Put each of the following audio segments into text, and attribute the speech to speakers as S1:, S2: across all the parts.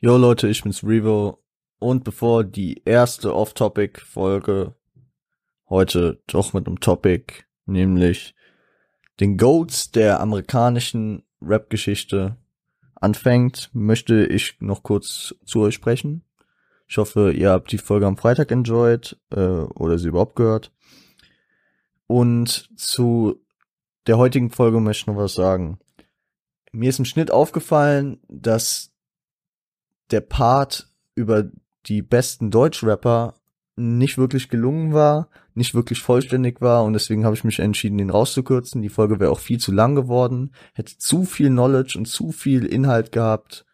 S1: Yo Leute, ich bin's Revo und bevor die erste Off-Topic-Folge heute doch mit einem Topic, nämlich den Goats der amerikanischen Rap-Geschichte anfängt, möchte ich noch kurz zu euch sprechen. Ich hoffe, ihr habt die Folge am Freitag enjoyed äh, oder sie überhaupt gehört. Und zu der heutigen Folge möchte ich noch was sagen. Mir ist im Schnitt aufgefallen, dass der Part über die besten Deutschrapper nicht wirklich gelungen war, nicht wirklich vollständig war und deswegen habe ich mich entschieden, den rauszukürzen. Die Folge wäre auch viel zu lang geworden, hätte zu viel Knowledge und zu viel Inhalt gehabt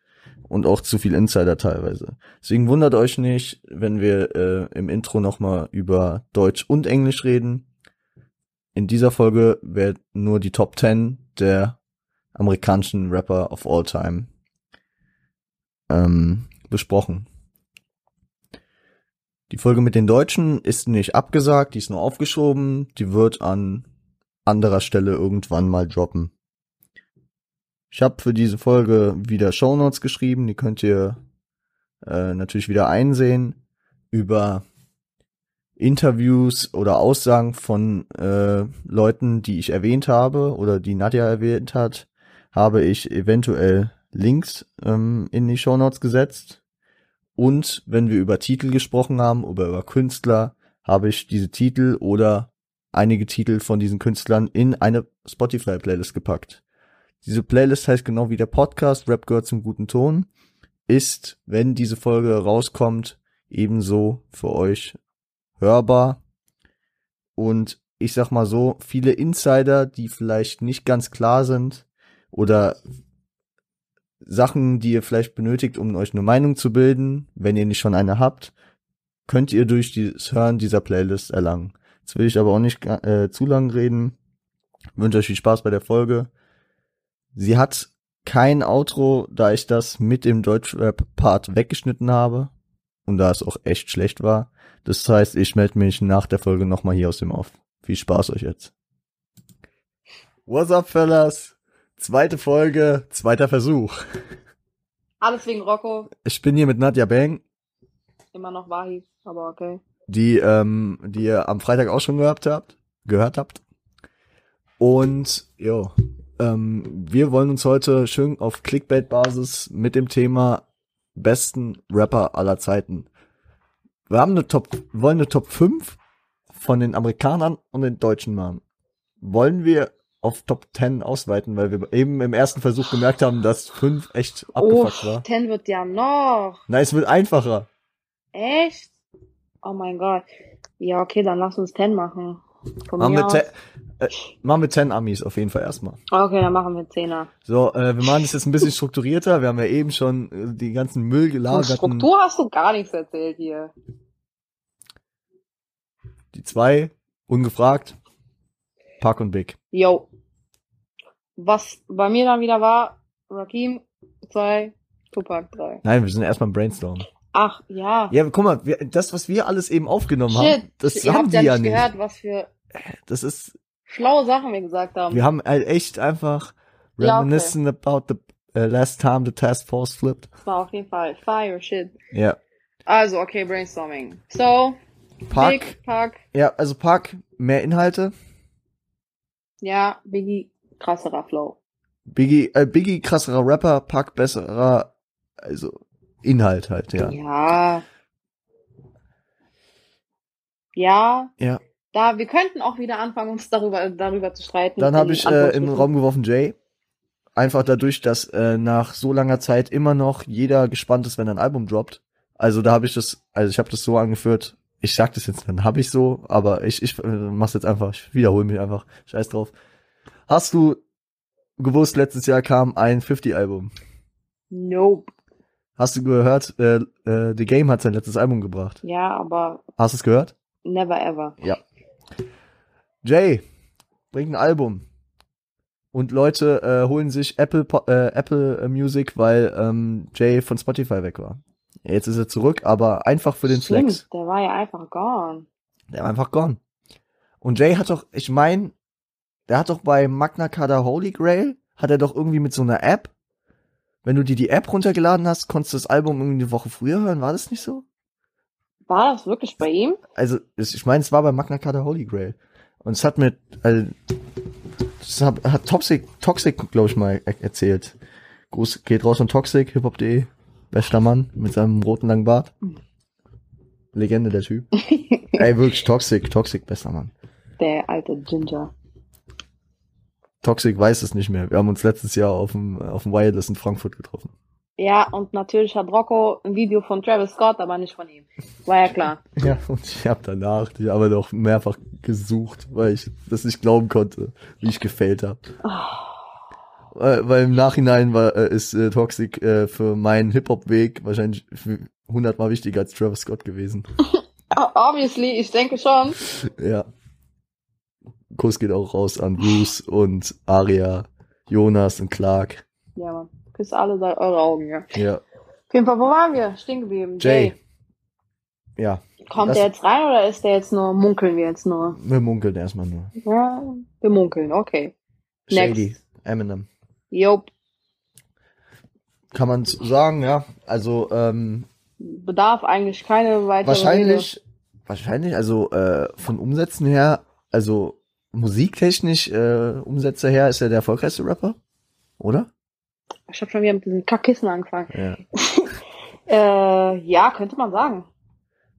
S1: und auch zu viel Insider teilweise. Deswegen wundert euch nicht, wenn wir äh, im Intro nochmal über Deutsch und Englisch reden. In dieser Folge wäre nur die Top 10 der amerikanischen Rapper of all time ähm, besprochen. Die Folge mit den Deutschen ist nicht abgesagt, die ist nur aufgeschoben, die wird an anderer Stelle irgendwann mal droppen. Ich habe für diese Folge wieder Shownotes geschrieben, die könnt ihr äh, natürlich wieder einsehen über Interviews oder Aussagen von äh, Leuten, die ich erwähnt habe oder die Nadja erwähnt hat, habe ich eventuell Links ähm, in die Shownotes gesetzt. Und wenn wir über Titel gesprochen haben oder über Künstler, habe ich diese Titel oder einige Titel von diesen Künstlern in eine Spotify-Playlist gepackt. Diese Playlist heißt genau wie der Podcast Rap gehört zum guten Ton, ist, wenn diese Folge rauskommt, ebenso für euch hörbar. Und ich sag mal so, viele Insider, die vielleicht nicht ganz klar sind oder Sachen, die ihr vielleicht benötigt, um euch eine Meinung zu bilden, wenn ihr nicht schon eine habt, könnt ihr durch das Hören dieser Playlist erlangen. Jetzt will ich aber auch nicht äh, zu lang reden. Wünsche euch viel Spaß bei der Folge. Sie hat kein Outro, da ich das mit dem Deutschrap-Part weggeschnitten habe und da es auch echt schlecht war. Das heißt, ich melde mich nach der Folge nochmal hier aus dem Off. Viel Spaß euch jetzt. What's up, fellas? Zweite Folge, zweiter Versuch.
S2: Alles wegen Rocco,
S1: Ich bin hier mit Nadja Bang,
S2: immer noch Wahi, aber okay.
S1: die, ähm, die ihr am Freitag auch schon gehört habt. Gehört habt. Und jo, ähm, wir wollen uns heute schön auf Clickbait-Basis mit dem Thema besten Rapper aller Zeiten. Wir haben eine Top, wollen eine Top 5 von den Amerikanern und den Deutschen machen. Wollen wir auf Top 10 ausweiten, weil wir eben im ersten Versuch gemerkt haben, dass 5 echt abgefuckt war.
S2: oh, 10 wird ja noch.
S1: Nein, es wird einfacher.
S2: Echt? Oh mein Gott. Ja, okay, dann lass uns 10 machen. Von
S1: Machen
S2: mir
S1: wir,
S2: aus.
S1: te- äh, machen wir 10 Amis auf jeden Fall erstmal.
S2: Okay, dann machen wir 10er.
S1: So, äh, wir machen das jetzt ein bisschen strukturierter. Wir haben ja eben schon äh, die ganzen Müll
S2: Von
S1: gelagerten.
S2: Struktur hast du gar nichts erzählt hier.
S1: Die zwei, ungefragt. Park und Big.
S2: Yo. Was bei mir dann wieder war, Rakim 2, Tupac 3.
S1: Nein, wir sind erstmal im Brainstorm.
S2: Ach, ja.
S1: Ja, guck mal, wir, das, was wir alles eben aufgenommen haben,
S2: Shit,
S1: das
S2: ihr
S1: haben
S2: habt
S1: die
S2: ja
S1: ja
S2: nicht
S1: nicht.
S2: gehört, was für
S1: Das ist,
S2: schlaue Sachen wir gesagt haben.
S1: wir haben halt echt einfach
S2: Ja, okay.
S1: reminiscent about the äh, last time the task force flipped.
S2: Das war auf jeden Fall fire shit.
S1: Ja.
S2: Also, okay, brainstorming. So,
S1: Park,
S2: Big, Pack,
S1: ja, also Park, mehr Inhalte.
S2: Ja, Biggie, krasserer Flow.
S1: Biggie, äh, Biggie krasserer Rapper, Park besserer, also Inhalt halt, ja.
S2: Ja. Ja.
S1: Ja.
S2: Da, wir könnten auch wieder anfangen, uns darüber, darüber zu streiten.
S1: Dann habe ich äh, in den
S2: Anführungsstrichen.
S1: Raum geworfen Jay. Einfach dadurch, dass äh, nach so langer Zeit immer noch jeder gespannt ist, wenn ein Album droppt. Also da habe ich das, also ich habe das so angeführt. Ich sag das jetzt, dann habe ich so, aber ich ich äh, mach's jetzt einfach. Ich wiederhole mich einfach. Scheiß drauf. Hast du gewusst, letztes Jahr kam ein 50 Album?
S2: Nope.
S1: Hast du gehört, äh, äh, The Game hat sein letztes Album gebracht?
S2: Ja, aber
S1: Hast du es gehört?
S2: never ever.
S1: Jay, bringt ein Album. Und Leute äh, holen sich Apple, Po- äh, Apple äh, Music, weil ähm, Jay von Spotify weg war. Jetzt ist er zurück, aber einfach für den
S2: Stimmt,
S1: Flex.
S2: Der war ja einfach gone.
S1: Der war einfach gone. Und Jay hat doch, ich meine, der hat doch bei Magna Carta Holy Grail, hat er doch irgendwie mit so einer App, wenn du dir die App runtergeladen hast, konntest du das Album irgendwie eine Woche früher hören, war das nicht so?
S2: War das wirklich bei ihm?
S1: Also, es, ich meine, es war bei Magna Carta Holy Grail. Und es hat mit, also, das hat, hat Toxic, Toxic, glaube ich, mal er erzählt. Gruß geht raus an Toxic, hiphop.de. Bester Mann mit seinem roten langen Bart. Legende, der Typ. Ey, wirklich Toxic, Toxic, bester Mann.
S2: Der alte Ginger.
S1: Toxic weiß es nicht mehr. Wir haben uns letztes Jahr auf dem, auf dem Wireless in Frankfurt getroffen.
S2: Ja, und natürlich hat Rocco ein Video von Travis Scott, aber nicht von ihm. War ja klar.
S1: Ja, und ich habe danach die aber noch mehrfach gesucht, weil ich das nicht glauben konnte, wie ich gefällt habe. Äh, weil im Nachhinein war, äh, ist äh, Toxic äh, für meinen Hip-Hop-Weg wahrscheinlich für 100 Mal wichtiger als Travis Scott gewesen.
S2: O- Obviously, ich denke schon.
S1: ja. Kuss geht auch raus an Bruce und Aria, Jonas und Clark.
S2: Ja, Mann. Küsst alle da- eure Augen, ja.
S1: Ja.
S2: Auf jeden Fall, wo waren wir? Stehen geblieben.
S1: Jay. Ja,
S2: Kommt
S1: Das-
S2: der jetzt rein oder ist der jetzt nur, munkeln wir jetzt nur?
S1: wir munkeln erstmal nur.
S2: Ja, wir munkeln, okay. Next.
S1: Shady, Eminem.
S2: Jo,
S1: Kann man so sagen, ja. Also, ähm,
S2: bedarf eigentlich keine weitere Rede.
S1: wahrscheinlich, wahrscheinlich, also äh, von Umsätzen her, also musiktechnisch, äh, Umsätze her, ist er der erfolgreichste Rapper, oder?
S2: Ich hab schon wieder mit diesem Kackkissen angefangen.
S1: Ja.
S2: Äh, ja, könnte man sagen.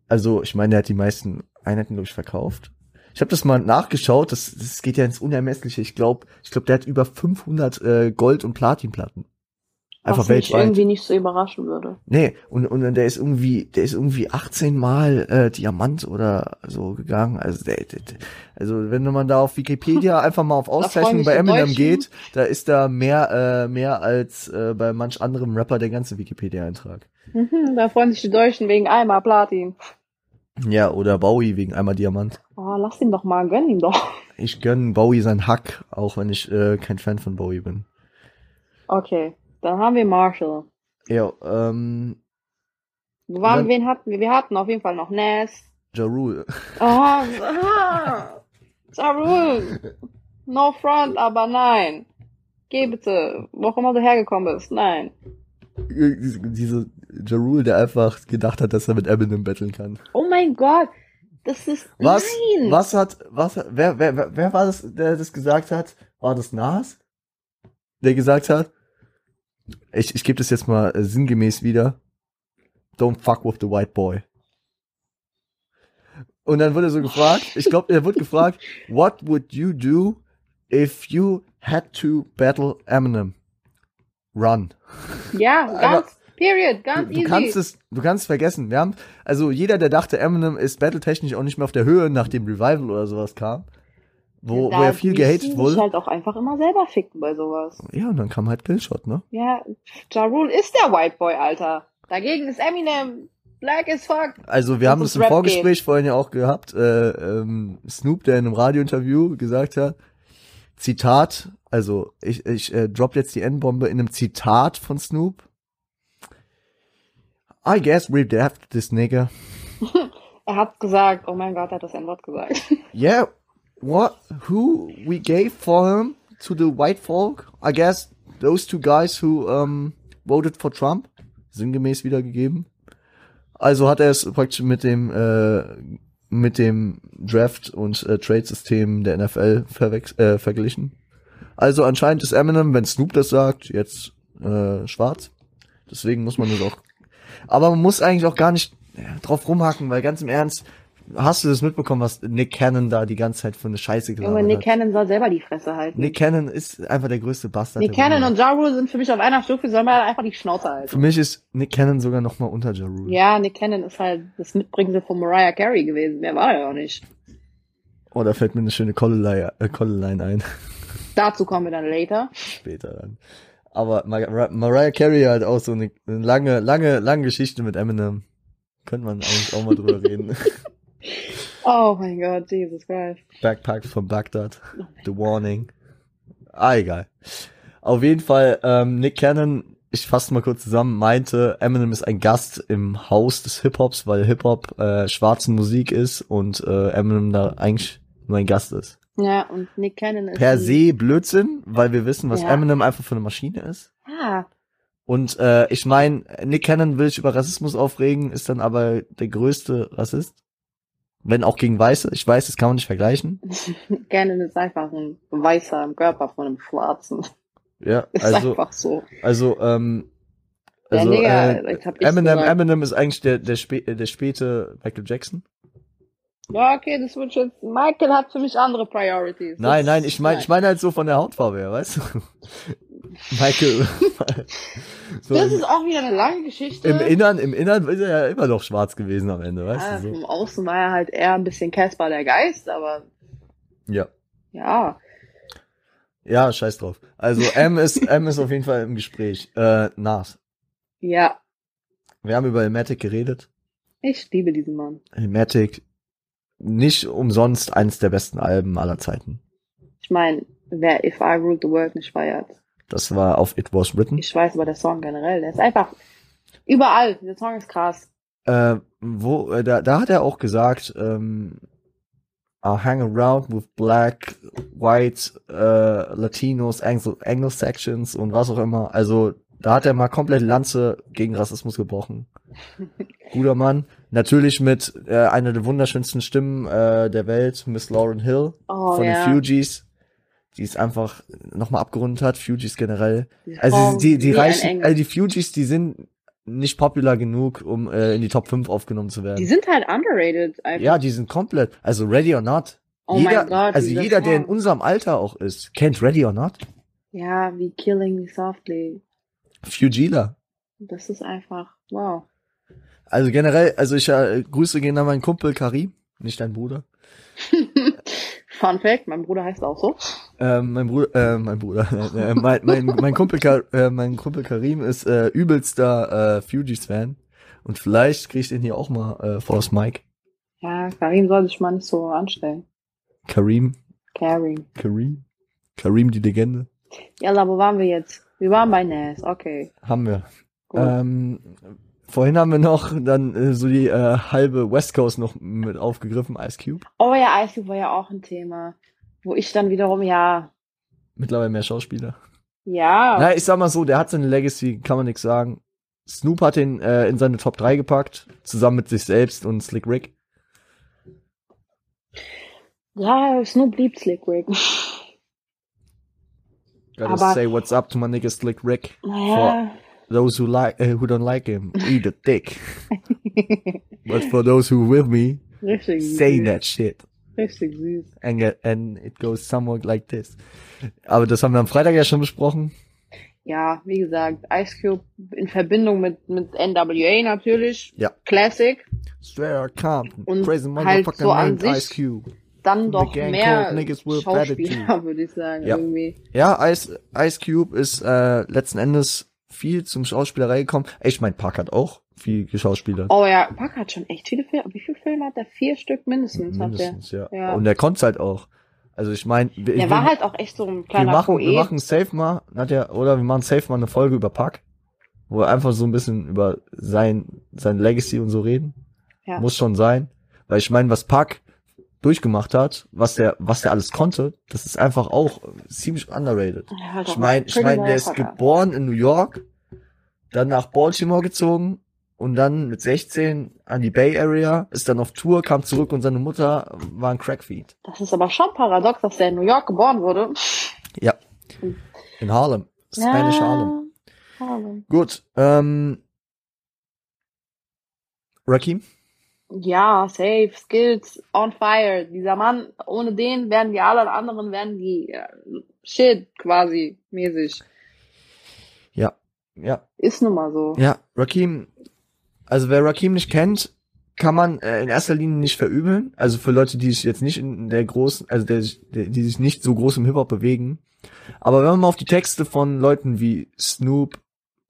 S1: Also, ich meine, der hat die meisten Einheiten, glaube ich, verkauft. Ich habe das mal nachgeschaut, das, das geht ja ins Unermessliche. Ich glaube, ich glaube, der hat über 500 äh, Gold- und Platinplatten. Einfach
S2: was mich
S1: weltweit.
S2: irgendwie nicht so überraschen würde.
S1: Nee, und, und der ist irgendwie, der ist irgendwie 18 Mal äh, Diamant oder so gegangen. Also, der, der, der- also wenn man da auf Wikipedia einfach mal auf Auszeichnungen
S2: mich
S1: bei
S2: die
S1: Eminem
S2: Deutschen.
S1: geht, da ist da mehr, äh, mehr als äh, bei manch anderem Rapper der ganze Wikipedia-Eintrag.
S2: Mhm, da freuen sich die Deutschen wegen einmal Platin.
S1: Ja, oder Bowie wegen einmal Diamant.
S2: Oh, lass ihn doch mal, gönn ihm doch.
S1: Ich gönn Bowie sein Hack, auch wenn ich äh, kein Fan von Bowie bin.
S2: Okay, dann haben wir Marshall.
S1: Ja, ähm,
S2: Wo
S1: Dann-
S2: waren, wen hatten wir? Wir hatten auf jeden Fall noch Nas.
S1: Ja Rule.
S2: Ah, ah, Ja Rule. No front, aber nein. Geh bitte, wo auch immer du hergekommen bist, nein.
S1: Diese Ja Rule, der einfach gedacht hat, dass er mit Eminem betteln kann.
S2: Oh mein Gott, das ist
S1: Was?
S2: nein.
S1: Was hat, was, hat- wer, wer, wer, wer war das, der das gesagt hat? War das Nas? Der gesagt hat, ich, ich gebe das jetzt mal äh, sinngemäß wieder. Don't fuck with the white boy. Und dann wurde so gefragt, ich glaube, er wurde gefragt, what would you do if you had to battle Eminem? Run.
S2: Ja, ganz, period,
S1: Du,
S2: ganz
S1: du
S2: easy.
S1: kannst es, du kannst es vergessen. Wir haben, also jeder, der dachte, Eminem ist battletechnisch auch nicht mehr auf der Höhe, nachdem Revival oder sowas kam, wo, wo er viel gehatet
S2: Ich
S1: wurde.
S2: halt auch einfach immer selber ficken bei sowas.
S1: Ja, und dann kam halt Killshot, ne?
S2: Ja, Ja Rule ist der White Boy, Alter. Dagegen ist Eminem black as fuck.
S1: Also wir
S2: Und
S1: haben
S2: ums
S1: das im
S2: Rap
S1: Vorgespräch vorhin ja auch gehabt, äh, ähm, Snoop, der in einem Radiointerview gesagt hat, Zitat, also ich, ich äh, drop jetzt die N-Bombe in einem Zitat von Snoop. I guess we daft this nigga.
S2: Er hat gesagt, oh mein Gott, er hat das N-Wort gesagt.
S1: Yeah, what? Who we gave for him to the white folk? I guess those two guys who um, voted for Trump. Sinngemäß wiedergegeben. Also hat er es praktisch mit dem äh, mit dem Draft und äh, Trade-System der NFL verwechs- äh, verglichen. Also anscheinend ist Eminem, wenn Snoop das sagt, jetzt äh, schwarz. Deswegen muss man das auch. Aber man muss eigentlich auch gar nicht drauf rumhacken, weil ganz im Ernst, hast du das mitbekommen, was Nick Cannon da die ganze Zeit für eine Scheiße
S2: Junge,
S1: gelabert
S2: Nick
S1: hat?
S2: Cannon soll selber die Fresse halten.
S1: Nick Cannon ist einfach der größte Bastard.
S2: Nick
S1: der
S2: Cannon
S1: Welt.
S2: und Ja Rule sind für mich auf einer Stufe, soll man einfach die Schnauze
S1: Für
S2: halten.
S1: mich ist Nick Cannon sogar noch mal unter Ja Rule.
S2: Ja, Nick Cannon ist halt das Mitbringsel von Mariah Carey gewesen. Mehr war er auch nicht.
S1: Oh, da fällt mir eine schöne Colleline äh, Colleline ein.
S2: Dazu kommen wir dann later.
S1: Später dann. Aber Mar Mar Mariah Carey hat auch so eine, eine lange, lange, lange Geschichte mit Eminem. Könnte man eigentlich auch mal drüber reden.
S2: Oh mein Gott, Jesus Christ.
S1: Backpack von Bagdad. The Warning. Ah, egal. Auf jeden Fall, ähm, Nick Cannon, ich fasse mal kurz zusammen, meinte, Eminem ist ein Gast im Haus des Hip-Hops, weil Hip-Hop äh, schwarze Musik ist und äh, Eminem da eigentlich nur ein Gast ist.
S2: Ja, und Nick Cannon ist.
S1: Per
S2: ein-
S1: se Blödsinn, weil wir wissen, was
S2: Ja. Ah,
S1: Eminem einfach für eine Maschine ist.
S2: Ja,
S1: Und äh, ich meine, Nick Cannon will sich über Rassismus aufregen, ist dann aber der größte Rassist. Wenn auch gegen Weiße. Ich weiß, das kann man nicht vergleichen.
S2: Gannon ist einfach ein Weißer im Körper von einem Schwarzen.
S1: Ja,
S2: Ist
S1: also,
S2: einfach so.
S1: also, ähm,
S2: Ja,
S1: also
S2: Digga,
S1: äh,
S2: jetzt hab ich's
S1: Eminem,
S2: gesagt.
S1: Eminem ist eigentlich der, der, spä äh, der späte Michael Jackson.
S2: Ja, okay, das wird schon. Michael hat für mich andere Priorities. Das-
S1: Nein, nein, ich meine ich mein halt so von der Hautfarbe her, weißt du? Michael. so
S2: das
S1: im,
S2: ist auch wieder eine lange Geschichte.
S1: im Innern, im Innern ist er ja immer noch schwarz gewesen am Ende, weißt
S2: ja,
S1: du? So.
S2: Ah, Vom Außen war er halt eher ein bisschen Caspar der Geist, aber
S1: Ja.
S2: ja.
S1: Ja, scheiß drauf. Also M ist, M ist auf jeden Fall im Gespräch. Äh, Nas.
S2: Ja,
S1: Wir haben über Elmatic geredet.
S2: ich liebe diesen Mann.
S1: Elmatic, nicht umsonst eines der besten Alben aller Zeiten.
S2: Ich meine, wer If I Ruled the World nicht feiert.
S1: Das war auf It Was Written.
S2: Ich weiß aber der Song generell, der ist einfach überall. Der Song ist krass.
S1: Äh, wo, äh, da, da hat er auch gesagt, ähm, I hang around with black, white, äh, Latinos, Anglo- Anglo-Saxons und was auch immer. Also, da hat er mal komplett Lanze gegen Rassismus gebrochen. Guter Mann. Natürlich mit äh, einer der wunderschönsten Stimmen äh, der Welt, Miss Lauren Hill
S2: Oh
S1: von
S2: ja.
S1: den Fugees, die es einfach nochmal abgerundet hat. Fugees generell.
S2: Diese Frau,
S1: Also die, die
S2: wie ein
S1: reichen,
S2: Engel.
S1: also die Fugees, die sind nicht popular genug, um äh, in die Top 5 aufgenommen zu
S2: die
S1: werden.
S2: sind halt underrated. Einfach.
S1: Ja, die sind komplett. Also Ready or Not.
S2: oh
S1: jeder,
S2: mein Gott.
S1: also
S2: dieser
S1: jeder, der in
S2: Song.
S1: unserem Alter auch ist, kennt Ready or Not.
S2: Ja, wie Killing Me Softly.
S1: Fugila.
S2: Das ist einfach, wow.
S1: Also generell, also ich äh, Grüße gehen an meinen Kumpel Karim, nicht dein Bruder.
S2: Fun Fact, mein Bruder heißt auch so.
S1: Ähm, mein Bruder, äh, mein Bruder, äh, mein, mein, mein, Kumpel Ka äh, mein Kumpel Karim ist äh, übelster äh, Fugees-Fan. Und vielleicht krieg ich den hier auch mal äh, vors Mike.
S2: Ja, Karim soll sich mal nicht so anstellen.
S1: Karim,
S2: Karim.
S1: Karim, Karim die Legende.
S2: Ja, aber wo waren wir jetzt? Wir waren bei Nas, okay.
S1: Haben wir.
S2: Gut.
S1: Ähm, vorhin haben wir noch dann äh, so die äh, halbe West Coast noch mit aufgegriffen, Ice Cube.
S2: Oh ja, Ice Cube war ja auch ein Thema. Wo ich dann wiederum, ja,
S1: Mittlerweile mehr Schauspieler.
S2: ja.
S1: Na, ich sag mal so, der hat seine Legacy, kann man nix sagen. Snoop hat ihn äh, in seine Top 3 gepackt, zusammen mit sich selbst und Slick Rick.
S2: Ja, Snoop liebt Slick Rick.
S1: Gotta
S2: Aber-
S1: say what's up to my nigga Slick Rick.
S2: Naja.
S1: Those who like, äh, who don't like him, eat a dick. But for those who with me,
S2: Richtig süß.
S1: say that shit.
S2: Richtig süß.
S1: And, get- and it goes somewhere like this. Aber das haben wir am Freitag ja schon besprochen.
S2: Ja, wie gesagt, Ice Cube in Verbindung mit, mit NWA natürlich.
S1: Ja.
S2: Classic.
S1: Straight out Compton,
S2: Und
S1: crazy
S2: halt
S1: motherfucker
S2: so an
S1: named
S2: sich-
S1: Ice Cube.
S2: Dann
S1: The
S2: doch
S1: gang
S2: mehr
S1: called niggas with
S2: Schauspieler,
S1: attitude.
S2: würde ich sagen,
S1: Ja.
S2: irgendwie.
S1: Ja, Ice, Ice Cube ist äh, letzten Endes viel zum Schauspielerei gekommen. Ey, Ich mein, Park hat auch viel geschauspielert.
S2: Oh ja, Pack hat schon echt viele Filme. Wie viele Filme hat er? Vier Stück mindestens, hat
S1: Mindestens, ja.
S2: Ja.
S1: Und er konnte halt auch. Also ich meine, wir,
S2: er. Der
S1: wir-
S2: war halt auch echt so ein
S1: wir
S2: kleiner
S1: machen,
S2: Poet.
S1: wir machen safe mal, hat ja, oder wir machen safe mal eine Folge über Park, wo wir einfach so ein bisschen über sein, sein Legacy und so reden.
S2: Ja.
S1: Muss schon sein. Weil ich meine, was Park durchgemacht hat, was der, was der alles konnte, das ist einfach auch äh, ziemlich underrated.
S2: Ja, halt
S1: Ich
S2: auch
S1: meine, ich
S2: Pretty
S1: mein, der ist
S2: Motherfucker.
S1: geboren in New York, dann nach Baltimore gezogen und dann mit 16 an die Bay Area, ist dann auf Tour, kam zurück und seine Mutter war ein Crackfeed.
S2: Das ist aber schon paradox, dass der in New York geboren wurde.
S1: Ja. In Harlem. Spanish
S2: ja.
S1: Harlem.
S2: Harlem.
S1: Gut, ähm. Rakim?
S2: Ja, safe, Skills, on fire. Dieser Mann, ohne den wären wir alle anderen, wären die äh, shit quasi mäßig.
S1: Ja. Ja.
S2: Ist nun mal so.
S1: Ja, Rakim. Also wer Rakim nicht kennt, kann man äh, in erster Linie nicht verübeln. Also für Leute, die sich jetzt nicht in der großen, also der, der, die sich nicht so groß im Hip-Hop bewegen. Aber wenn man mal auf die Texte von Leuten wie Snoop,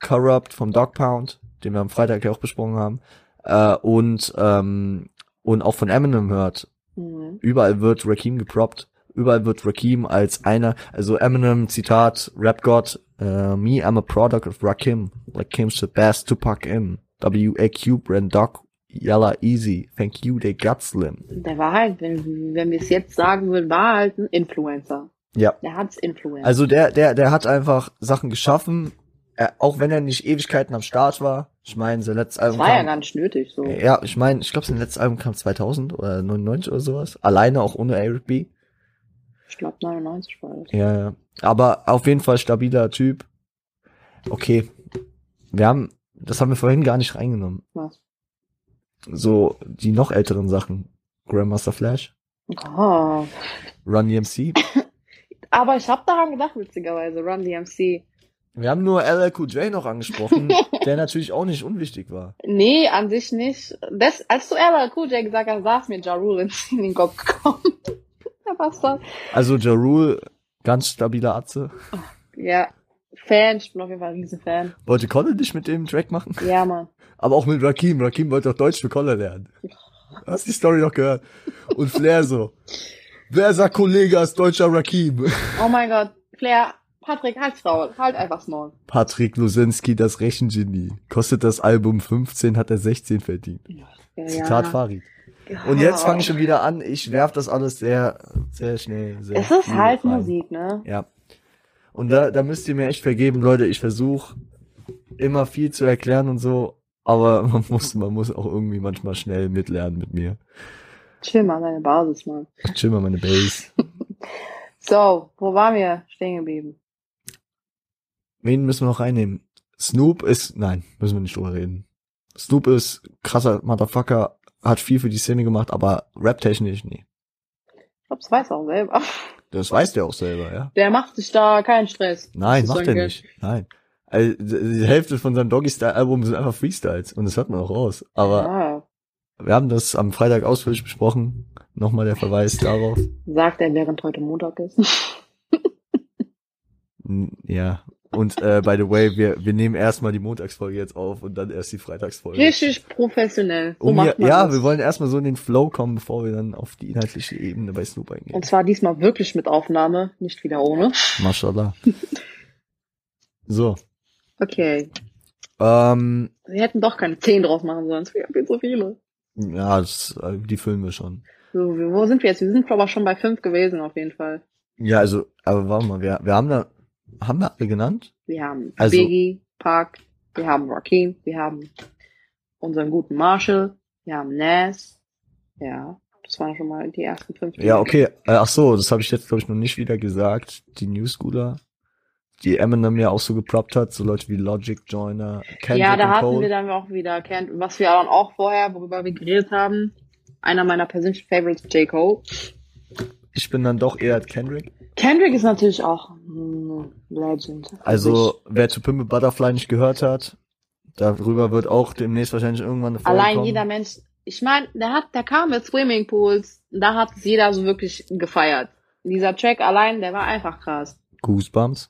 S1: Corrupt vom Dog Pound, den wir am Freitag ja auch besprochen haben, äh, und, ähm, und auch von Eminem hört,
S2: Mhm.
S1: überall wird Rakim geprobt. Überall wird Rakim als einer, also Eminem, Zitat, Rap God, äh, me, I'm a product of Rakim. Rakim's the best, Tupac M. W.A.Q. Brand Doc, Yalla Easy. Thank you, they got slim.
S2: Der war halt, wenn, wenn wir es jetzt sagen würden, war halt ein Influencer.
S1: Ja.
S2: Der hat's Influencer.
S1: Also der, der, der hat einfach Sachen geschaffen. er, auch wenn er nicht Ewigkeiten am Start war, ich meine, sein letztes
S2: Das
S1: Album
S2: war ja
S1: kam,
S2: gar nicht nötig, so.
S1: ja, ich meine, ich glaube, sein letztes Album kam 2000 oder 99 oder sowas, alleine auch ohne Eric B.
S2: Ich glaube 99 war das.
S1: Ja, ja. Aber auf jeden Fall stabiler Typ. Okay. Wir haben, das haben wir vorhin gar nicht reingenommen.
S2: Was?
S1: So, die noch älteren Sachen. Grandmaster Flash,
S2: Oh.
S1: Run E DMC.
S2: Aber ich habe daran gedacht, witzigerweise, Run DMC.
S1: Wir haben nur LLQJ noch angesprochen, der natürlich auch nicht unwichtig war.
S2: Nee, an sich nicht. Das, als du Errol Kujay gesagt hast, saß mir Ja Rule in in den Kopf gekommen. ja, passt dann.
S1: Also Ja Rule, ganz stabiler Atze.
S2: Ja, Fan, ich bin auf jeden Fall ein Riesenfan.
S1: Wollte Colin nicht mit dem Track machen?
S2: Ja, Mann.
S1: Aber auch mit Rakim. Rakim wollte doch Deutsch für Colin lernen. Hast die Story noch gehört? Und Flair so. Wer sagt Kollege als deutscher Rakim?
S2: Oh mein Gott, Flair, Patrick, halt's Maul. Halt einfach Maul.
S1: Patrick Lusinski, das Rechengenie. Kostet das Album 15, hat er 16 verdient.
S2: Ja, Oh.
S1: Zitat
S2: ja.
S1: Farid. Und jetzt fange ich schon wieder an. Ich werf das alles sehr, sehr schnell. Sehr
S2: Es ist
S1: viel
S2: halt
S1: rein.
S2: Musik, ne?
S1: Ja. Und da, da müsst ihr mir echt vergeben, Leute. Ich versuche immer viel zu erklären und so. Aber man muss, man muss auch irgendwie manchmal schnell mitlernen mit mir.
S2: Chill mal deine Basis, Mann.
S1: Chill mal meine Base.
S2: So, wo waren wir stehen geblieben?
S1: Wen müssen wir noch reinnehmen? Snoop ist, nein, müssen wir nicht drüber reden. Snoop ist krasser Motherfucker, hat viel für die Szene gemacht, aber rap-technisch nie.
S2: Ich glaube, das weiß er auch selber.
S1: Das weiß der auch selber, ja?
S2: Der macht sich da keinen Stress.
S1: Nein,
S2: Das ist
S1: macht
S2: sein
S1: er
S2: Geld.
S1: nicht. Nein. Also, die Hälfte von seinem Doggy-Style-Album sind einfach Freestyles und das hört man auch raus. Aber
S2: Ah,
S1: wir haben das am Freitag ausführlich besprochen. Nochmal der Verweis darauf.
S2: sagt er, während heute Montag ist.
S1: N- Ja. Und äh, by the way, wir, wir nehmen erstmal die Montagsfolge jetzt auf und dann erst die Freitagsfolge.
S2: Richtig professionell. So
S1: Um hier,
S2: Oh, macht man
S1: ja,
S2: das.
S1: wir wollen erstmal so in den Flow kommen, bevor wir dann auf die inhaltliche Ebene bei Snoop eingehen.
S2: Und zwar diesmal wirklich mit Aufnahme, nicht wieder ohne.
S1: Mashallah. so.
S2: Okay.
S1: Ähm,
S2: Wir hätten doch keine 10 draus machen sollen. Wir haben viel zu viele.
S1: ja, das, äh, die füllen wir schon.
S2: So, wir- wo sind wir jetzt? Wir sind aber schon bei 5 gewesen, auf jeden Fall.
S1: Ja, also, aber warte mal, wir, wir haben da, haben wir alle genannt?
S2: Wir haben
S1: Also-
S2: Biggie, Park, wir haben Rakim, wir haben unseren guten Marshall, wir haben Nas. Ja, das waren schon mal die ersten 5. die
S1: Ja,
S2: wir-
S1: okay. Äh, ach so, das habe ich jetzt, glaube ich, noch nicht wieder gesagt. Die New Schooler, die Eminem ja auch so geploppt hat, so Leute wie Logic, Joyner, Kendrick
S2: ja, da
S1: und
S2: hatten
S1: Cole.
S2: wir dann auch wieder, Kent, was wir dann auch vorher, worüber wir geredet haben. Einer meiner persönlichen Favorites, J. Cole.
S1: ich bin dann doch eher Kendrick.
S2: Kendrick ist natürlich auch mm, Legend.
S1: Also, wer zu Pimple Butterfly nicht gehört hat, darüber wird auch demnächst wahrscheinlich irgendwann eine Folge
S2: Allein
S1: kommen.
S2: jeder Mensch, ich meine, der hat, der kam mit Swimmingpools, da hat es jeder so wirklich gefeiert. Dieser Track allein, der war einfach krass.
S1: Goosebumps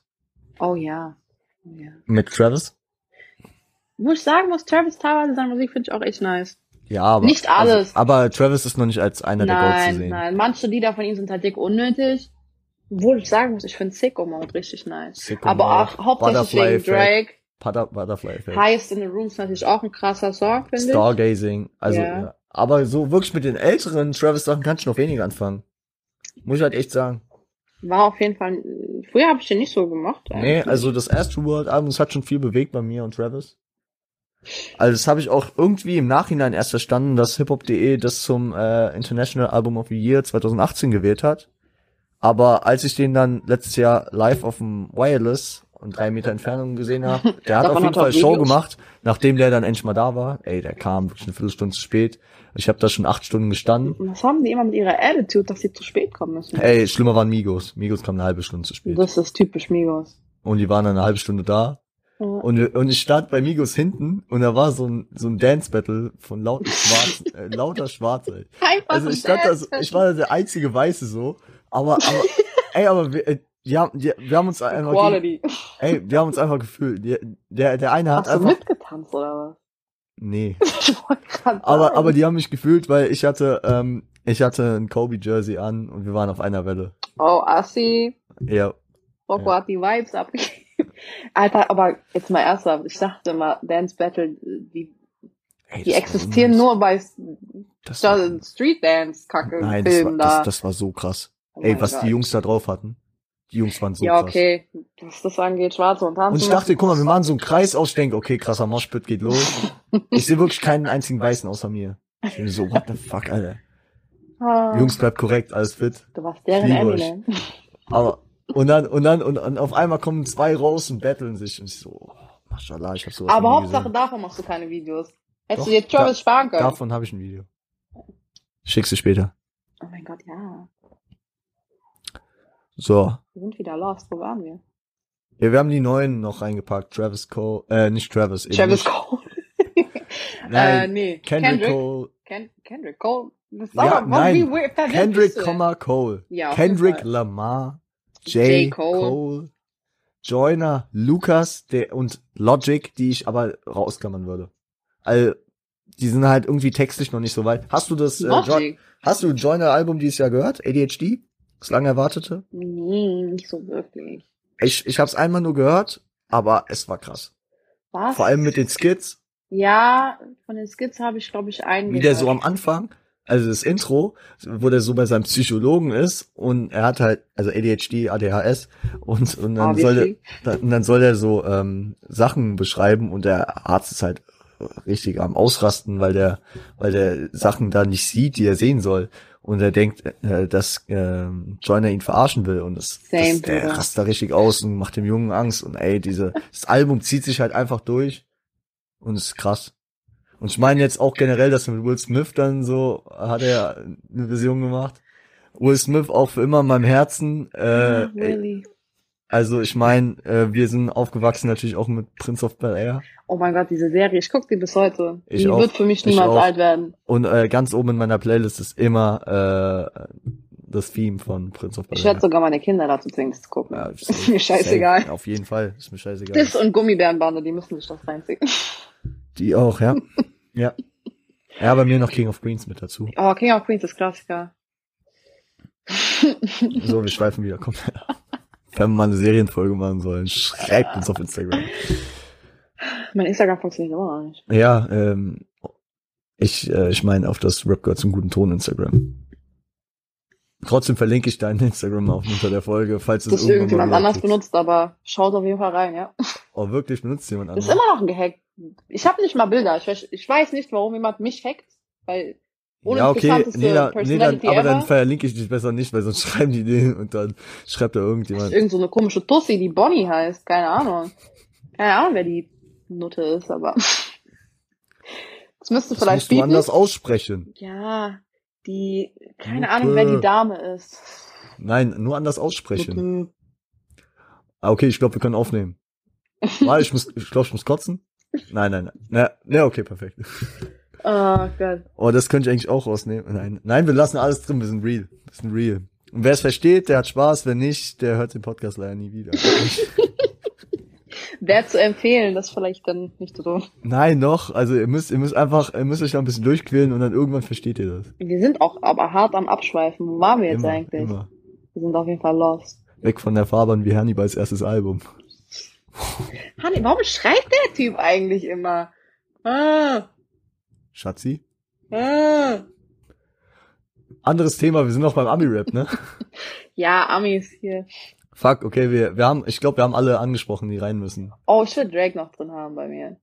S2: Oh ja. Oh ja.
S1: mit Travis.
S2: Wo ich sagen muss, Travis teilweise seine Musik finde ich auch echt nice.
S1: Ja, aber
S2: Nicht alles.
S1: Also, aber Travis ist noch nicht als einer der Goats zu
S2: nein,
S1: sehen.
S2: nein. Manche Lieder von ihm sind halt dick unnötig. Obwohl ich sagen muss, ich finde Sicko Mode richtig nice.
S1: Sicko
S2: Aber
S1: Mode,
S2: auch hauptsächlich
S1: Butterfly
S2: wegen Drake.
S1: Butter Butterfly Effect,
S2: Highest in the Room ist natürlich auch ein krasser Song, finde ich.
S1: Stargazing, also
S2: Ja.
S1: ja. aber so wirklich mit den älteren Travis Sachen kannst du noch weniger anfangen. Muss ich halt echt sagen.
S2: War auf jeden Fall, früher habe ich den nicht so gemacht.
S1: Nee,
S2: eigentlich.
S1: also das Astro World Album, das hat schon viel bewegt bei mir und Travis. Also das habe ich auch irgendwie im Nachhinein erst verstanden, dass hiphop.de E das zum äh, International Album of the Year 2018 gewählt hat. Aber als ich den dann letztes Jahr live auf dem Wireless und drei Meter Entfernung gesehen habe, der hat
S2: Davon
S1: auf jeden
S2: hat er
S1: Fall Show
S2: Videos.
S1: gemacht, nachdem der dann endlich mal da war. Ey, der kam wirklich eine Viertelstunde zu spät. Ich habe da schon acht Stunden gestanden.
S2: Was haben die immer mit ihrer Attitude, dass sie zu spät kommen müssen?
S1: Ey, schlimmer waren Migos. Migos kam eine halbe Stunde zu spät.
S2: Das ist typisch Migos.
S1: Und die waren dann eine halbe Stunde da.
S2: Ja.
S1: Und, wir- und ich stand bei Migos hinten und da war so ein, so ein Dance-Battle von lauter Schwarz, äh, lauter Schwarze.
S2: Einfach
S1: Also ich stand da so, ich war da der einzige Weiße so, aber, aber ey, aber wir, äh, die haben, die, wir haben uns einfach, gegen,
S2: Quality.
S1: ey, wir haben uns einfach gefühlt. Der, der, der eine hat
S2: Hast du
S1: einfach,
S2: mitgetanzt oder
S1: nee,
S2: was? Ich wollte gerade
S1: aber,
S2: sagen.
S1: aber die haben mich gefühlt, weil ich hatte, ähm, ich hatte ein Kobe-Jersey an und wir waren auf einer Welle.
S2: Oh, Assi.
S1: Ja,
S2: Rocco hat die Vibes abgegeben. Alter, aber jetzt mal ernsthaft. Ich dachte immer, Dance Battle, die,
S1: ey,
S2: die
S1: das war
S2: existieren
S1: unnötig.
S2: nur bei S-
S1: Das war,
S2: Street Dance Kacke
S1: nein, das war,
S2: Filmen
S1: das,
S2: da.
S1: das war so krass.
S2: Oh
S1: Ey,
S2: mein
S1: was
S2: Gott.
S1: die Jungs da drauf hatten. Die Jungs waren so
S2: ja,
S1: krass.
S2: okay. Was das angeht, Schwarze und Tanzen.
S1: Und ich dachte, guck mal, wir machen so einen Kreis aus, ich denke, okay, krasser Moshpit geht los. Ich sehe wirklich keinen einzigen Weißen außer mir. Ich bin so, what the fuck, Alter.
S2: ah,
S1: Jungs, bleibt korrekt, alles fit.
S2: Du warst deren
S1: liebe euch.
S2: Eminem.
S1: Aber, und dann, und dann, und, und auf einmal kommen zwei raus und battlen sich. Und ich so, oh, mashallah, ich hab sowas
S2: Aber
S1: noch nie
S2: Hauptsache,
S1: gesehen.
S2: davon machst du keine Videos. Hättest
S1: Doch,
S2: du dir Travis sparen können.
S1: Davon habe ich ein Video. Schickst du später.
S2: Oh mein Gott, ja.
S1: So.
S2: Wir sind wieder lost. Wo waren wir?
S1: Ja, wir haben die neuen noch reingepackt. Travis Cole, äh, nicht Travis. eben
S2: Travis
S1: nicht.
S2: Cole. äh,
S1: Nein,
S2: nee.
S1: Kendrick,
S2: Kendrick.
S1: Cole.
S2: Ken Kendrick Cole. Das
S1: Ja,
S2: war,
S1: nein.
S2: Wie weird, verwirrt
S1: Kendrick,
S2: bist du denn?
S1: Komma, Cole.
S2: Ja, auf jeden
S1: Kendrick
S2: Fall.
S1: Lamar.
S2: J.
S1: J.
S2: Cole.
S1: Cole. Joyner, Lucas der, und Logic, die ich aber rausklammern würde. Also, die sind halt irgendwie textlich noch nicht so weit. Hast du das, äh, jo
S2: Logic.
S1: hast du Joyner Album dieses Jahr gehört? ADHD? Das lange erwartete?
S2: Nee, nicht so wirklich.
S1: Ich, ich hab's einmal nur gehört, aber es war krass.
S2: Was?
S1: Vor allem mit den Skits.
S2: ja, von den Skits habe ich, glaube ich, einen.
S1: wie der
S2: gehört.
S1: so am Anfang, also das Intro, wo der so bei seinem Psychologen ist und er hat halt, also ADHD, ADHS und, und dann soll
S2: Obviously.
S1: der, dann, und dann soll er so ähm, Sachen beschreiben und der Arzt ist halt richtig am Ausrasten, weil der, weil der Sachen da nicht sieht, die er sehen soll. Und er denkt, äh, dass ähm, Joyner ihn verarschen will und das,
S2: Same,
S1: das, der
S2: Bruder.
S1: rast da richtig aus und macht dem Jungen Angst. Und ey, diese, das Album zieht sich halt einfach durch und ist krass. Und ich meine jetzt auch generell, dass mit Will Smith dann so, hat er eine Vision gemacht. Will Smith auch für immer in meinem Herzen. Äh,
S2: Ah, really?
S1: also ich meine, äh, wir sind aufgewachsen natürlich auch mit Prince of Bel Air.
S2: Oh mein Gott, diese Serie, ich gucke die bis heute.
S1: Ich
S2: die
S1: auch.
S2: wird für mich
S1: Ich
S2: niemals
S1: auch.
S2: alt werden.
S1: Und äh, ganz oben in meiner Playlist ist immer äh, das Theme von Prince of Bel
S2: Ich
S1: Air.
S2: werde sogar meine Kinder dazu zwingen, das zu gucken.
S1: Ja,
S2: ist mir scheißegal.
S1: Safe, auf jeden Fall, ist mir scheißegal.
S2: Das und Gummibärenbande, die müssen sich das reinziehen.
S1: Die auch, ja. ja. Ja, bei mir noch King of Queens mit dazu.
S2: Oh, King of Queens ist Klassiker.
S1: So, wir schweifen wieder komplett ab. Wenn wir mal eine Serienfolge machen sollen, schreibt uns auf Instagram.
S2: Mein Instagram funktioniert immer noch nicht.
S1: Ja, ähm, ich, äh, ich meine auf das Rap gehört zum guten Ton Instagram. Trotzdem verlinke ich deinen Instagram auch unter der Folge, falls es
S2: Das
S1: irgendwann
S2: irgendjemand
S1: mal wieder
S2: anders
S1: tut.
S2: benutzt, aber schaut auf jeden Fall rein, ja.
S1: Oh, wirklich benutzt jemand
S2: Ist
S1: anders.
S2: immer noch ein Gehack. Ich habe nicht mal Bilder. Ich weiß, ich weiß nicht, warum jemand mich hackt, weil ohne
S1: Ja, okay,
S2: interessanteste
S1: nee, dann, nee, dann,
S2: Personality
S1: aber
S2: ever
S1: dann verlinke ich dich besser nicht, weil sonst schreiben die den und dann schreibt da
S2: ist
S1: irgendjemand.
S2: irgend so eine komische Tussi, die Bonnie heißt. Keine Ahnung. Keine Ahnung, wer die Nutte ist, aber das müsste
S1: Das
S2: vielleicht
S1: musst du
S2: bieten.
S1: anders aussprechen.
S2: Ja, die, keine
S1: Nutte.
S2: Ahnung, wer die Dame ist.
S1: Nein, nur anders aussprechen.
S2: Nutte.
S1: Ah, okay, ich glaube, wir können aufnehmen. Mal, ich muss, ich glaube, ich muss kotzen. Nein, nein, nein. Na, na, okay, perfekt.
S2: Oh Gott.
S1: Oh, das könnte ich eigentlich auch rausnehmen. Nein, nein, wir lassen alles drin. Wir sind real. Wir sind real. Und wer es versteht, der hat Spaß. Wer nicht, der hört den Podcast leider nie wieder.
S2: Wäre zu empfehlen, das vielleicht dann nicht zu tun.
S1: nein, noch. Also ihr müsst, ihr müsst einfach, ihr müsst euch da ein bisschen durchquälen und dann irgendwann versteht ihr das.
S2: Wir sind auch aber hart am Abschweifen. Wo waren wir jetzt
S1: Immer,
S2: eigentlich?
S1: immer.
S2: Wir sind auf jeden Fall lost.
S1: Weg von der Fahrbahn wie Hannibals erstes Album.
S2: Hanni, warum schreit der Typ eigentlich immer? Ah,
S1: Schatzi.
S2: ah.
S1: Anderes Thema, wir sind noch beim Ami-Rap, ne?
S2: Ja, Amis hier.
S1: Fuck, okay, wir, wir haben, ich glaube, wir haben alle angesprochen, die rein müssen.
S2: Oh, ich will Drake noch drin haben bei mir.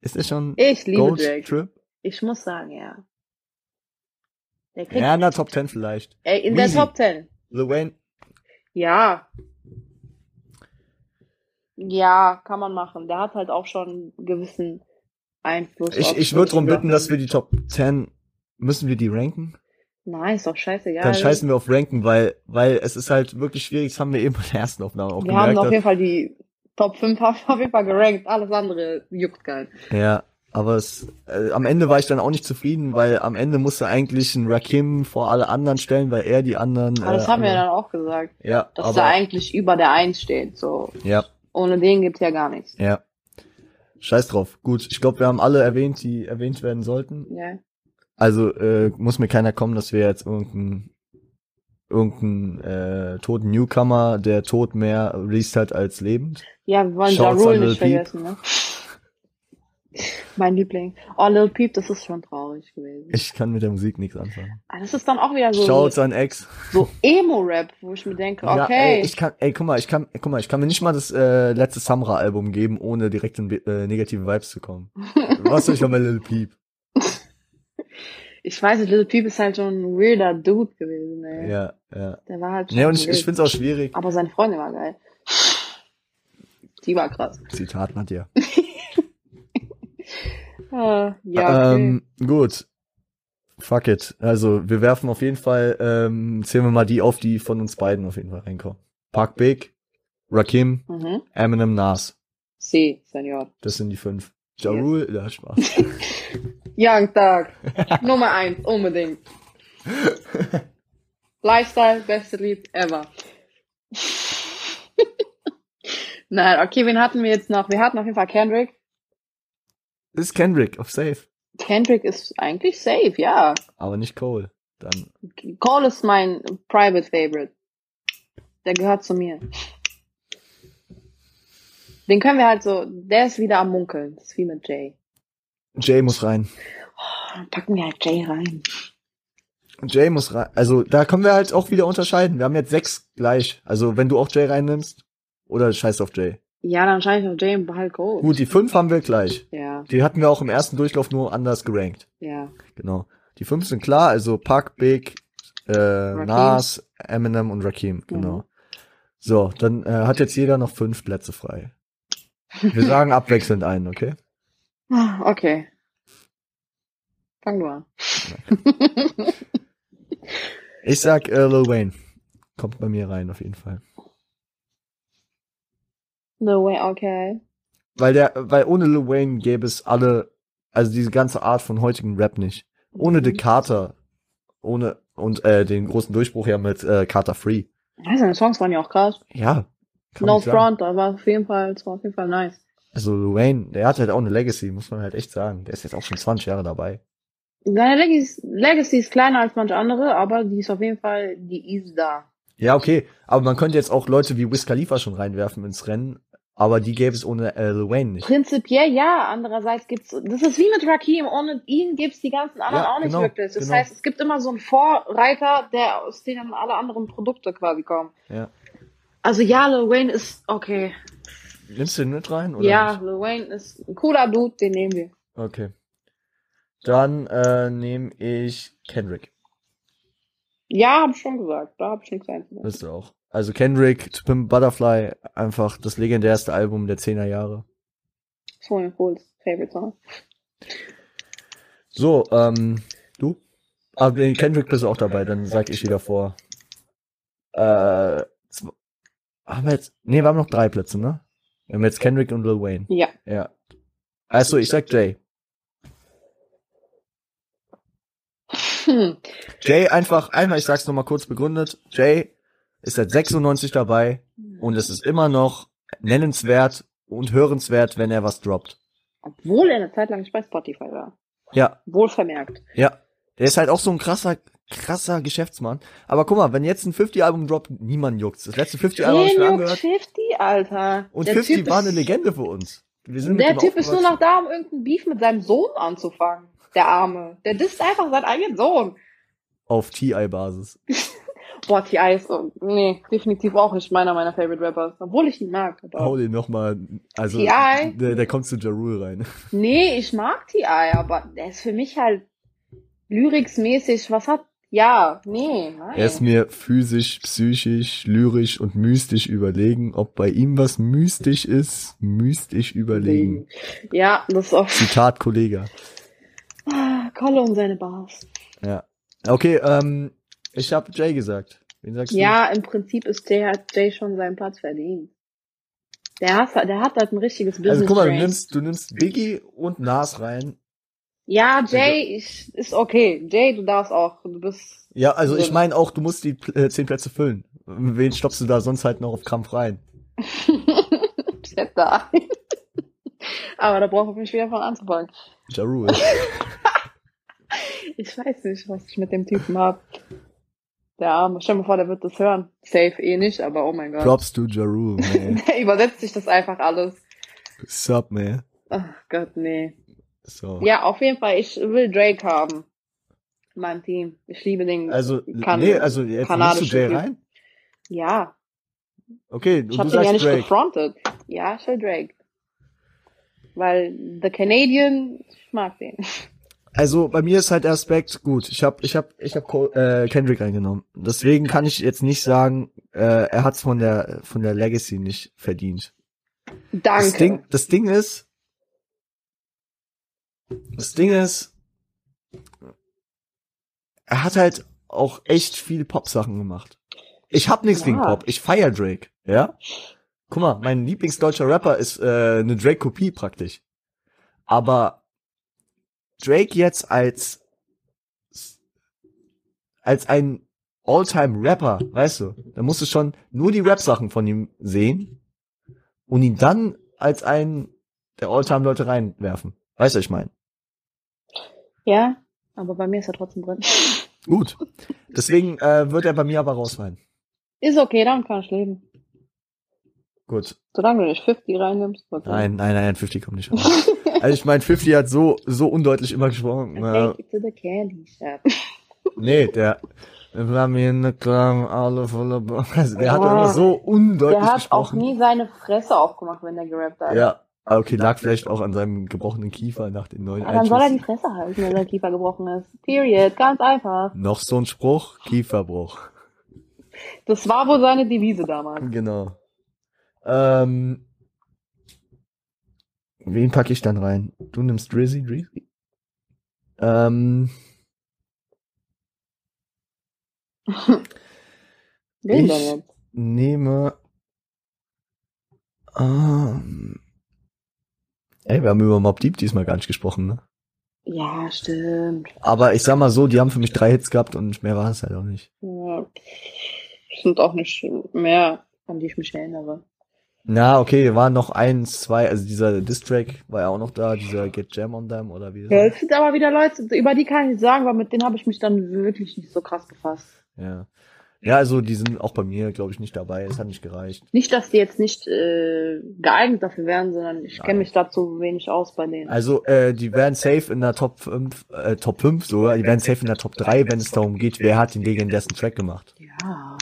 S1: Ist das schon
S2: Ich liebe
S1: Gold
S2: Drake.
S1: Trip?
S2: Ich muss sagen, ja. Der kriegt,
S1: Ja, in der Top 10 vielleicht.
S2: ey, in der
S1: easy.
S2: Top Ten.
S1: Lil Wayne,
S2: Ja. Ja, kann man machen. Der hat halt auch schon einen gewissen Einfluss.
S1: ich,
S2: auf
S1: ich würde darum
S2: solche
S1: bitten,
S2: Sachen.
S1: dass wir die Top 10, müssen wir die ranken?
S2: Nein, ist doch scheißegal.
S1: Dann scheißen wir auf ranken, weil, weil es ist halt wirklich schwierig, das haben wir eben bei der ersten Aufnahme auch
S2: Wir haben auf
S1: gemerkt.
S2: jeden Fall die Top 5 haben wir auf jeden Fall gerankt. Alles andere juckt keinen.
S1: ja, aber es, äh, am Ende war ich dann auch nicht zufrieden, weil am Ende musste eigentlich ein Rakim vor alle anderen stellen, weil er die anderen.
S2: Aber Ah, das haben wir ja
S1: andere-
S2: dann auch gesagt.
S1: ja,
S2: Dass da
S1: aber,
S2: eigentlich über der 1 steht. So.
S1: ja,
S2: Ohne den gibt's ja gar nichts.
S1: ja. Scheiß drauf. Gut, ich glaube, wir haben alle erwähnt, die erwähnt werden sollten.
S2: Ja.
S1: Also äh, muss mir keiner kommen, dass wir jetzt irgendeinen irgendeinen äh, toten Newcomer, der tot mehr released hat als lebend.
S2: ja, wir wollen Ja
S1: Shouts
S2: Rule
S1: an Lil
S2: nicht
S1: Peep.
S2: vergessen, ne? mein Liebling. Oh, Lil Peep, das ist schon traurig. traurig gewesen.
S1: Ich kann mit der Musik nichts anfangen.
S2: Ah, das ist dann auch wieder so,
S1: Schaut sein Ex.
S2: so Emo-Rap, wo ich mir denke,
S1: Ja,
S2: okay.
S1: ey, ich kann, ey, guck mal, ich kann, guck mal, ich kann mir nicht mal das äh, letzte Samra-Album geben, ohne direkt in äh, negative Vibes zu kommen. Was soll ich noch mal Lil Peep?
S2: Ich weiß nicht, Little Peep ist halt so ein weirder Dude gewesen, ey.
S1: Ja, ja.
S2: Der war halt schon
S1: Ne, und ich,
S2: wild.
S1: ich find's auch schwierig.
S2: Aber seine Freundin war geil. Die war krass.
S1: Zitat Nadja.
S2: Äh, ja, okay.
S1: ähm, gut. Fuck it. Also, wir werfen auf jeden Fall, ähm, zählen wir mal die auf, die von uns beiden auf jeden Fall reinkommen. Park Big, Rakim,
S2: mhm.
S1: Eminem, Nas.
S2: Sie, Senor.
S1: Das sind die fünf. Ja
S2: Yes.
S1: Rule, ja, Spaß.
S2: Young Tag. Nummer eins, unbedingt. Lifestyle, beste Lied ever. Nein, okay, wen hatten wir jetzt noch? Wir hatten auf jeden Fall Kendrick.
S1: Ist Kendrick auf Safe.
S2: Kendrick ist eigentlich safe, ja.
S1: Aber nicht Cole. Dann,
S2: Cole ist mein private favorite. Der gehört zu mir. Den können wir halt so, der ist wieder am Munkeln. Das ist wie mit Jay.
S1: Jay muss rein.
S2: Dann packen wir halt Jay rein.
S1: Jay muss rein. Also da können wir halt auch wieder unterscheiden. Wir haben jetzt sechs gleich. Also wenn du auch Jay reinnimmst oder scheiß auf Jay.
S2: Ja, dann scheiß auf Jay und behalt Cole.
S1: Gut, die fünf haben wir gleich.
S2: Ja,
S1: Die hatten wir auch im ersten Durchlauf nur anders gerankt.
S2: ja.
S1: Genau. Die fünf sind klar, also Park, Big, äh,
S2: Rakim.
S1: Nas, Eminem und Rakim. Genau.
S2: Mhm.
S1: So, dann äh, hat jetzt jeder noch fünf Plätze frei. Wir sagen abwechselnd einen, okay?
S2: Ah, Okay. Fang du an.
S1: Ich sag äh, Lil Wayne. Kommt bei mir rein auf jeden Fall.
S2: No way, okay.
S1: Weil der, weil ohne Lil Wayne gäbe es alle, also diese ganze Art von heutigen Rap nicht.
S2: Mhm.
S1: Ohne The Carter, ohne und äh, den großen Durchbruch ja mit äh, Carter Free.
S2: Ja, Ah, seine Songs waren ja auch krass.
S1: Ja. kann
S2: no
S1: man sagen.
S2: Front, das war auf jeden Fall, das war auf jeden Fall nice.
S1: Also Lil Wayne, der hat halt auch eine Legacy, muss man halt echt sagen. Der ist jetzt auch schon 20 Jahre dabei.
S2: Seine Legacy, Legacy ist kleiner als manche andere, aber die ist auf jeden Fall, die ist da.
S1: Ja, okay. Aber man könnte jetzt auch Leute wie Wiz Khalifa schon reinwerfen ins Rennen. Aber die gäbe es ohne äh, Lil Wayne nicht.
S2: Prinzipiell ja, andererseits gibt's, das ist wie mit Rakim, ohne ihn gibt's die ganzen anderen
S1: Ja,
S2: auch nicht
S1: genau,
S2: wirklich. Das
S1: genau.
S2: heißt, es gibt immer so einen Vorreiter, der aus dem dann alle anderen Produkte quasi kommen.
S1: Ja.
S2: Also ja, Lil Wayne ist, okay.
S1: Nimmst du den mit rein? Oder
S2: ja,
S1: Nicht?
S2: Lil Wayne ist ein cooler Dude, den nehmen wir.
S1: Okay. Dann äh, nehme ich Kendrick.
S2: Ja, hab ich schon gesagt, da hab ich nichts einzuwenden.
S1: Bist du auch. Also Kendrick, To Pimp Butterfly, einfach das legendärste Album der 10er Jahre.
S2: It's one of Cole's favorite song.
S1: So, ähm, du? Ah, nee, Kendrick bist du auch dabei, dann sag ich wieder vor. Äh, zw- haben wir jetzt, nee, wir haben noch drei Plätze, ne? Wir haben jetzt Kendrick und Lil Wayne.
S2: Ja.
S1: Ja. Also, ich sag Jay.
S2: Hm.
S1: Jay einfach, einmal, ich sag's nochmal kurz begründet. Jay ist seit 96 dabei und es ist immer noch nennenswert und hörenswert, wenn er was droppt.
S2: Obwohl er eine Zeit lang nicht bei Spotify war.
S1: Ja,
S2: Wohlvermerkt.
S1: ja. Der ist halt auch so ein krasser, krasser Geschäftsmann. Aber guck mal, wenn jetzt ein 50-Album droppt, niemand juckt's. Das letzte 50-Album hab ich mir
S2: Wen
S1: angehört.
S2: juckt 50, Alter.
S1: Und
S2: Der
S1: 50
S2: Typ
S1: war
S2: ist-
S1: eine Legende für uns. Wir sind mit
S2: Der
S1: ihm
S2: Typ ist nur
S1: aufgewachsen.
S2: noch da, um irgendeinen Beef mit seinem Sohn anzufangen. Der Arme. Der disst einfach seinen eigenen Sohn.
S1: auf TI-Basis.
S2: Boah, T.I. ist, so- nee, definitiv auch nicht meiner meiner Favorite Rappers. Obwohl ich ihn mag. Aber
S1: Hau den nochmal. Also,
S2: T.I.?
S1: der, der kommt zu Ja Rule rein.
S2: nee, ich mag T.I., aber der ist für mich halt lyriksmäßig, was hat, ja, nee, nein.
S1: Er ist mir physisch, psychisch, lyrisch und mystisch überlegen. Ob bei ihm was mystisch ist, mystisch überlegen.
S2: Ja, das ist auch
S1: Zitat Kollege.
S2: Ah, Kolle und seine Bars.
S1: Ja. Okay, ähm, ich habe Jay gesagt. Wen sagst du?
S2: Ja, im Prinzip ist Jay, hat Jay schon seinen Platz verdient. Der hat, der hat halt ein richtiges Business.
S1: Also guck mal, du
S2: Brain.
S1: nimmst, du nimmst Biggie und Nas rein.
S2: Ja,
S1: Also-
S2: Jay ich, ist okay. Jay, du darfst auch. Du bist.
S1: Ja, also ich
S2: So.
S1: meine auch, du musst die äh, zehn Plätze füllen. Wen stoppst du da sonst halt noch auf Krampf rein?
S2: Step da. Aber da brauche ich mich wieder von anzufangen.
S1: Ja Rule.
S2: Ich weiß nicht, was ich mit dem Typen hab. Der Arme. Stell mir vor, der wird das hören. Safe eh nicht, aber oh mein Gott.
S1: Props to Jaru, man.
S2: Der übersetzt sich das einfach alles.
S1: Sup, man.
S2: Ach Gott, nee.
S1: So.
S2: Ja, auf jeden Fall. Ich will Drake haben. In meinem Team. Ich liebe den.
S1: Also,
S2: Kan-
S1: nee, also jetzt nimmst du
S2: kanadische
S1: Jay
S2: Typ.
S1: rein?
S2: ja,
S1: Okay, und
S2: ich
S1: du
S2: habe den ja
S1: sagst
S2: nicht
S1: Drake.
S2: gefrontet. Ja, ich will Drake. Weil The Canadian, ich mag den.
S1: Also bei mir ist halt Aspekt gut. Ich habe ich hab, ich hab Col- äh, Kendrick eingenommen. Deswegen kann ich jetzt nicht sagen, äh, er hat's von der von der Legacy nicht verdient.
S2: Danke.
S1: Das Ding, das Ding ist, das Ding ist, er hat halt auch echt viel Pop-Sachen gemacht. Ich hab nichts gegen
S2: Ja.
S1: Pop. Ich feier Drake, ja? Guck mal, mein Lieblingsdeutscher Rapper ist äh, eine Drake-Kopie praktisch. Aber Drake jetzt als als ein All-Time-Rapper, weißt du, da musst du schon nur die Rap-Sachen von ihm sehen und ihn dann als einen der All-Time-Leute reinwerfen. Weißt du, was ich meine?
S2: Ja, aber bei mir ist er trotzdem drin.
S1: Gut. Deswegen äh, wird er bei mir aber rausfallen.
S2: Ist okay, damit kann ich leben.
S1: Gut.
S2: Solange du nicht 50 reinnimmst. ist okay.
S1: Nein, nein, nein, 50 kommt nicht raus. Also ich meine, 50 hat so so undeutlich immer gesprochen. Äh,
S2: Thank you to the candy shop.
S1: nee, der war mir eine Klang, alle voller Bo- also, Der hat
S2: Ah.
S1: immer so undeutlich
S2: Der hat auch
S1: gesprochen.
S2: nie seine Fresse aufgemacht, wenn der gerappt hat.
S1: ja. Ah, Okay, lag vielleicht auch an seinem gebrochenen Kiefer nach den neuen
S2: Aber dann soll er die
S1: Einschüssen.
S2: Fresse halten, wenn sein Kiefer gebrochen ist. Period, ganz einfach.
S1: Noch so ein Spruch, Kieferbruch.
S2: Das war wohl seine Devise damals.
S1: Genau. Ähm, wen packe ich dann rein? Du nimmst Drizzy, Drizzy? Ähm,
S2: Wen
S1: Ich-
S2: denn jetzt?
S1: nehme. Ähm, ey, wir haben über Mob Deep diesmal gar nicht gesprochen, ne?
S2: Ja, stimmt.
S1: Aber ich sag mal so, die haben für mich drei Hits gehabt und mehr war es halt auch nicht.
S2: Ja. Sind auch nicht mehr, an die ich mich erinnere.
S1: Na, okay, waren noch eins, zwei, also dieser Distrack war ja auch noch da, dieser Get Jam on Them oder wie das
S2: Ja,
S1: heißt.
S2: es sind aber wieder Leute, über die kann ich nicht sagen, weil mit denen habe ich mich dann wirklich nicht so krass befasst.
S1: Ja. Ja, also die sind auch bei mir, glaube ich, nicht dabei. Es hat nicht gereicht.
S2: Nicht, dass die jetzt nicht äh, geeignet dafür wären, sondern ich
S1: Nein.
S2: kenne mich dazu wenig aus bei denen.
S1: Also, äh, die wären safe in der Top 5, äh, Top 5 sogar, die wären safe in der Top 3, wenn es darum geht, wer hat den legendärsten Track gemacht.
S2: ja.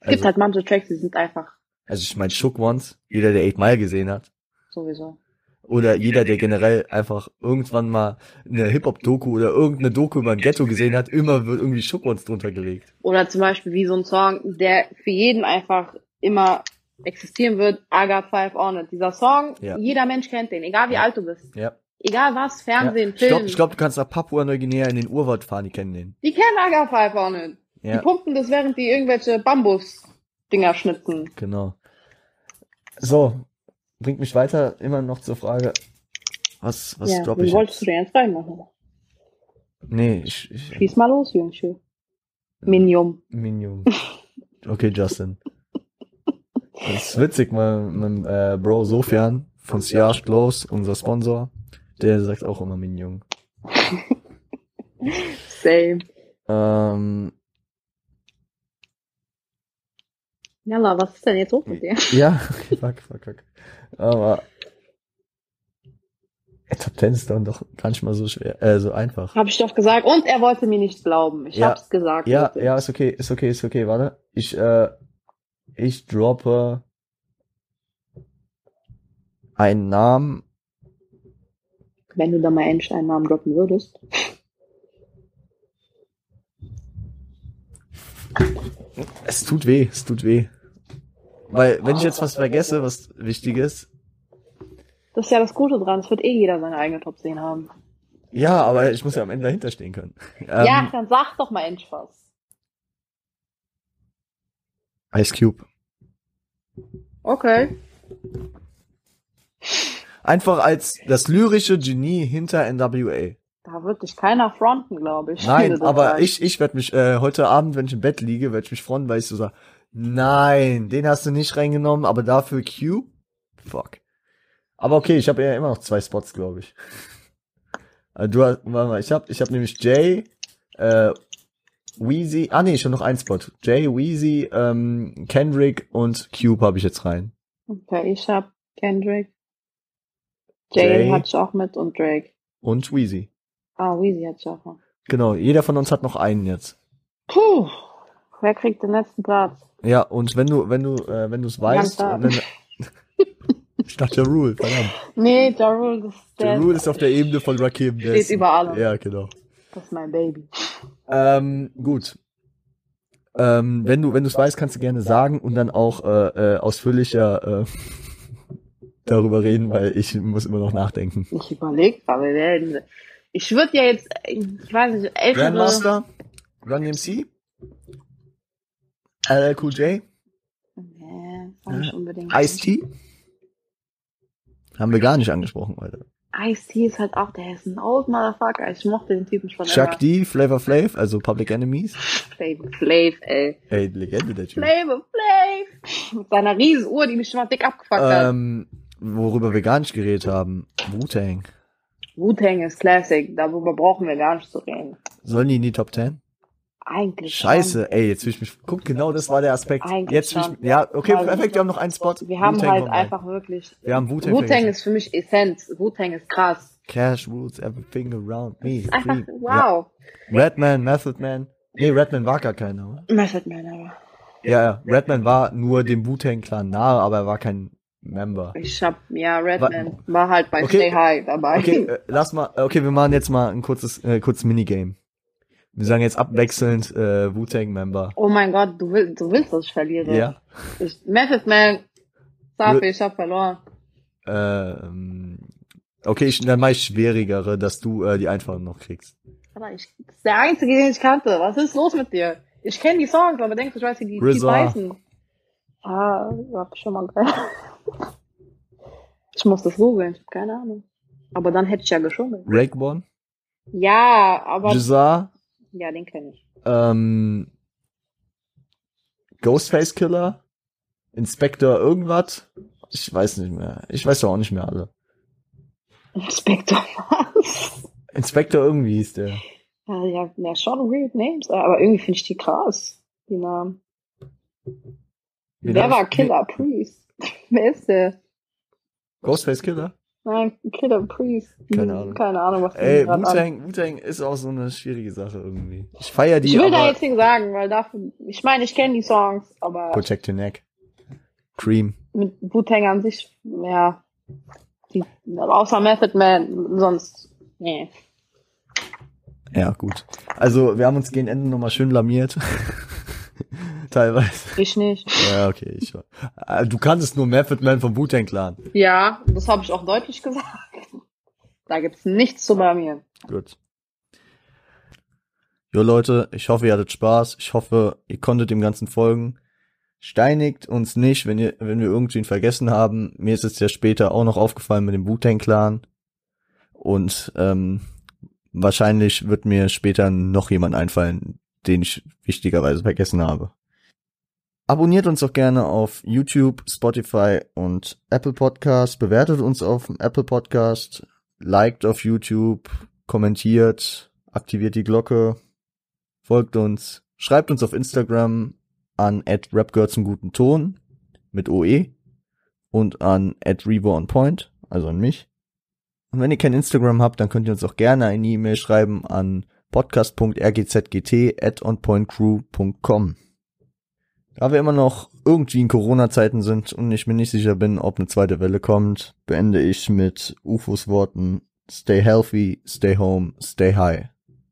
S2: Es gibt
S1: Also,
S2: halt manche Tracks, die sind einfach
S1: also ich meine, Shook Ones, jeder, der 8 Mile gesehen hat,
S2: sowieso.
S1: oder jeder, der generell einfach irgendwann mal eine Hip-Hop-Doku oder irgendeine Doku über ein Ghetto gesehen hat, immer wird irgendwie Shook Ones drunter gelegt.
S2: Oder zum Beispiel wie so ein Song, der für jeden einfach immer existieren wird, I Got Five On It. Dieser Song,
S1: Ja.
S2: jeder Mensch kennt den, egal wie
S1: Ja.
S2: alt du bist.
S1: Ja.
S2: Egal was, Fernsehen,
S1: ja. Ich
S2: Film.
S1: glaube, glaub, du kannst nach Papua-Neuguinea in den Urwald fahren, die kennen den.
S2: Die kennen I Got Five On It. Die
S1: Ja,
S2: pumpen das, während die irgendwelche Bambus-Dinger schnitzen.
S1: genau. So, bringt mich weiter immer noch zur Frage, was, was
S2: ja,
S1: drop
S2: wen
S1: ich jetzt?
S2: wolltest du denn jetzt reinmachen?
S1: Nee, ich, ich
S2: Schieß mal los, Jüngchen. Minium.
S1: Minion. Okay, Justin. Das ist witzig, mein, mein äh, Bro Sofian von Siage Glows, unser Sponsor, der sagt auch immer Minion.
S2: Same.
S1: Ähm,
S2: Jalla, was ist denn jetzt hoch mit dir?
S1: ja, okay, fuck, fuck, fuck. Aber äh, Top 10 ist dann doch gar nicht mal so schwer, äh, so einfach.
S2: Hab ich doch gesagt. Und er wollte mir nicht glauben. Ich
S1: Ja.
S2: hab's gesagt.
S1: Ja,
S2: Leute.
S1: ja, ist okay, ist okay, ist okay, warte. Ich, äh, ich droppe einen Namen,
S2: Wenn du da mal endlich einen Namen droppen würdest.
S1: Es tut weh, es tut weh. Weil, wenn ich jetzt was vergesse, was Wichtiges.
S2: Das ist ja das Gute dran. Es wird eh jeder seine eigene Top 10 haben.
S1: Ja, aber ich muss ja am Ende dahinter stehen können. Ähm,
S2: ja, dann sag doch mal endlich was.
S1: Ähm, Ice Cube.
S2: Okay.
S1: Einfach als das lyrische Genie hinter NWA.
S2: Da wird dich keiner fronten, glaube ich. wenn
S1: Nein,
S2: du das
S1: aber
S2: sagst.
S1: ich, ich werde mich äh, heute Abend, wenn ich im Bett liege, werde ich mich freuen, weil ich so sage, nein, den hast du nicht reingenommen, aber dafür Cube? Fuck. Aber okay, ich habe ja immer noch zwei Spots, glaube ich. Äh, Du hast, warte mal, ich habe ich hab nämlich Jay, äh, Weezy, ah nee, ich habe noch einen Spot. Jay, Weezy, ähm, Kendrick und Cube habe ich jetzt rein.
S2: Okay, ich hab Kendrick. Jane
S1: Jay.
S2: hat auch mit und Drake.
S1: Und Weezy.
S2: Ah, Weezy hat auch noch.
S1: Genau, jeder von uns hat noch einen jetzt.
S2: Puh, wer kriegt den letzten Platz?
S1: Ja, und wenn du, wenn du, äh, wenn du es weißt,
S2: Ja,
S1: und wenn, ich dachte Rule, verdammt.
S2: Nee, Ja Rule, das ist
S1: Der
S2: der.
S1: Rule ist auf der Ebene von Rakim. der
S2: Steht
S1: ist-
S2: über allem.
S1: Ja, genau.
S2: Das ist mein Baby.
S1: Ähm, gut. Ähm, wenn du, wenn du es weißt, kannst du gerne sagen und dann auch äh, äh, ausführlicher äh, darüber reden, weil ich muss immer noch nachdenken.
S2: Ich überlege gerade, wer denn- Ich würde ja jetzt, ich weiß nicht, ältere.
S1: Run DMC, LL Cool J,
S2: Nee, das war nicht unbedingt.
S1: Ice-T. Haben wir gar nicht angesprochen, Alter.
S2: Ice-T ist halt auch, der ist ein old Motherfucker. Ich mochte den Typen schon
S1: Chuck D, Flavor Flav, also Public Enemies.
S2: Flavor Flav, ey.
S1: Ey, Legende der Typ.
S2: Flavor Flav! Mit seiner riesen Uhr, die mich schon mal dick abgefuckt hat.
S1: Ähm, worüber wir gar nicht geredet haben, Wu-Tang.
S2: Wu-Tang ist Classic, darüber brauchen wir gar nicht zu reden.
S1: Sollen die in die Top 10?
S2: Eigentlich
S1: Scheiße, ey, jetzt will ich mich. Guck, genau das war der Aspekt.
S2: Eigentlich
S1: Jetzt will ich,
S2: schon.
S1: ja, okay,
S2: Weil-
S1: perfekt, wir haben noch einen Spot.
S2: Schon. Wir haben
S1: Wu-Tang
S2: halt
S1: kommt rein.
S2: einfach wirklich...
S1: Wir haben Wu-Tang.
S2: Wu-Tang
S1: vergessen.
S2: ist für mich Essenz. Wu-Tang ist krass.
S1: Cash Rules Everything Around Me.
S2: Einfach,
S1: Free- Ja.
S2: wow.
S1: Redman, Method Man. Nee, Redman war gar keiner, oder?
S2: Method Man aber.
S1: Ja, ja. Redman war nur dem Wu-Tang-Clan nahe, aber er war kein Member.
S2: Ich hab, ja, Redman war halt bei
S1: Okay.
S2: Stay High dabei.
S1: Okay, äh, lass mal. Okay, wir machen jetzt mal ein kurzes, äh, kurzes Minigame. Wir sagen jetzt abwechselnd äh, Wu-Tang-Member.
S2: Oh mein Gott, du willst, du willst, dass ich verliere.
S1: Ja.
S2: Ich, Method Man, Safi,
S1: Will-
S2: ich hab verloren.
S1: Ähm, okay, ich, dann mach ich schwierigere, dass du äh, die einfachen noch kriegst.
S2: Aber ich, das ist der einzige, den ich kannte. Was ist los mit dir? Ich kenne die Songs, aber denkst du, ich weiß, wie die, die
S1: RZA.
S2: heißen? Ah, hab ich schon mal gehört. Ich muss das googeln, ich hab keine Ahnung. Aber dann hätte ich ja geschummelt.
S1: Raekwon,
S2: Ja, aber.
S1: Jizar,
S2: Ja, den kenne ich.
S1: ähm, Ghostface Killer, Inspector irgendwas. Ich weiß nicht mehr. Ich weiß doch auch nicht mehr alle.
S2: Inspector was?
S1: Inspector irgendwie hieß der.
S2: Ja, ja, ja, schon weird names, aber irgendwie finde ich die krass. Die Namen.
S1: Wen
S2: Wer
S1: hab
S2: war
S1: ich-
S2: Killer Priest? Wer ist der?
S1: Ghostface Killer?
S2: Nein, Killer Priest. Hm,
S1: Keine Ahnung.
S2: Keine Ahnung, was die
S1: Ey,
S2: grad an-
S1: Wu-Tang, Wu-Tang ist auch so eine schwierige Sache irgendwie. Ich feier die,
S2: Ich will da
S1: aber
S2: jetzt nichts sagen, weil dafür, ich meine, ich kenne die Songs, aber
S1: Protect Your Neck. Cream.
S2: mit Wu-Tang an sich, ja. Die, außer Method Man, sonst, nee.
S1: Ja, gut. Also, wir haben uns gegen Ende nochmal schön blamiert. Teilweise.
S2: Ich nicht.
S1: Ja, okay, ich war. Ah, Du kanntest nur Method Man vom Wu-Tang Clan.
S2: Ja, das habe ich auch deutlich gesagt. Da gibt's nichts zu blamieren.
S1: Gut. Jo Leute, ich hoffe, ihr hattet Spaß. Ich hoffe, ihr konntet dem Ganzen folgen. Steinigt uns nicht, wenn, ihr, wenn wir irgendwen vergessen haben. Mir ist es ja später auch noch aufgefallen mit dem Wu-Tang-Clan. Und ähm, wahrscheinlich wird mir später noch jemand einfallen, den ich wichtigerweise vergessen habe. Abonniert uns doch gerne auf YouTube, Spotify und Apple Podcast. Bewertet uns auf dem Apple Podcast liked auf YouTube, kommentiert, aktiviert die Glocke, folgt uns, schreibt uns auf Instagram an rapgirl zum guten Ton mit OE und an rebornpoint, also an mich. Und wenn ihr kein Instagram habt, dann könnt ihr uns auch gerne eine E-Mail schreiben an podcast.rgzgt at onpointcrew.com. Da wir immer noch irgendwie in Corona-Zeiten sind und ich mir nicht sicher bin, ob eine zweite Welle kommt, beende ich mit Ufos Worten Stay healthy, stay home, stay high.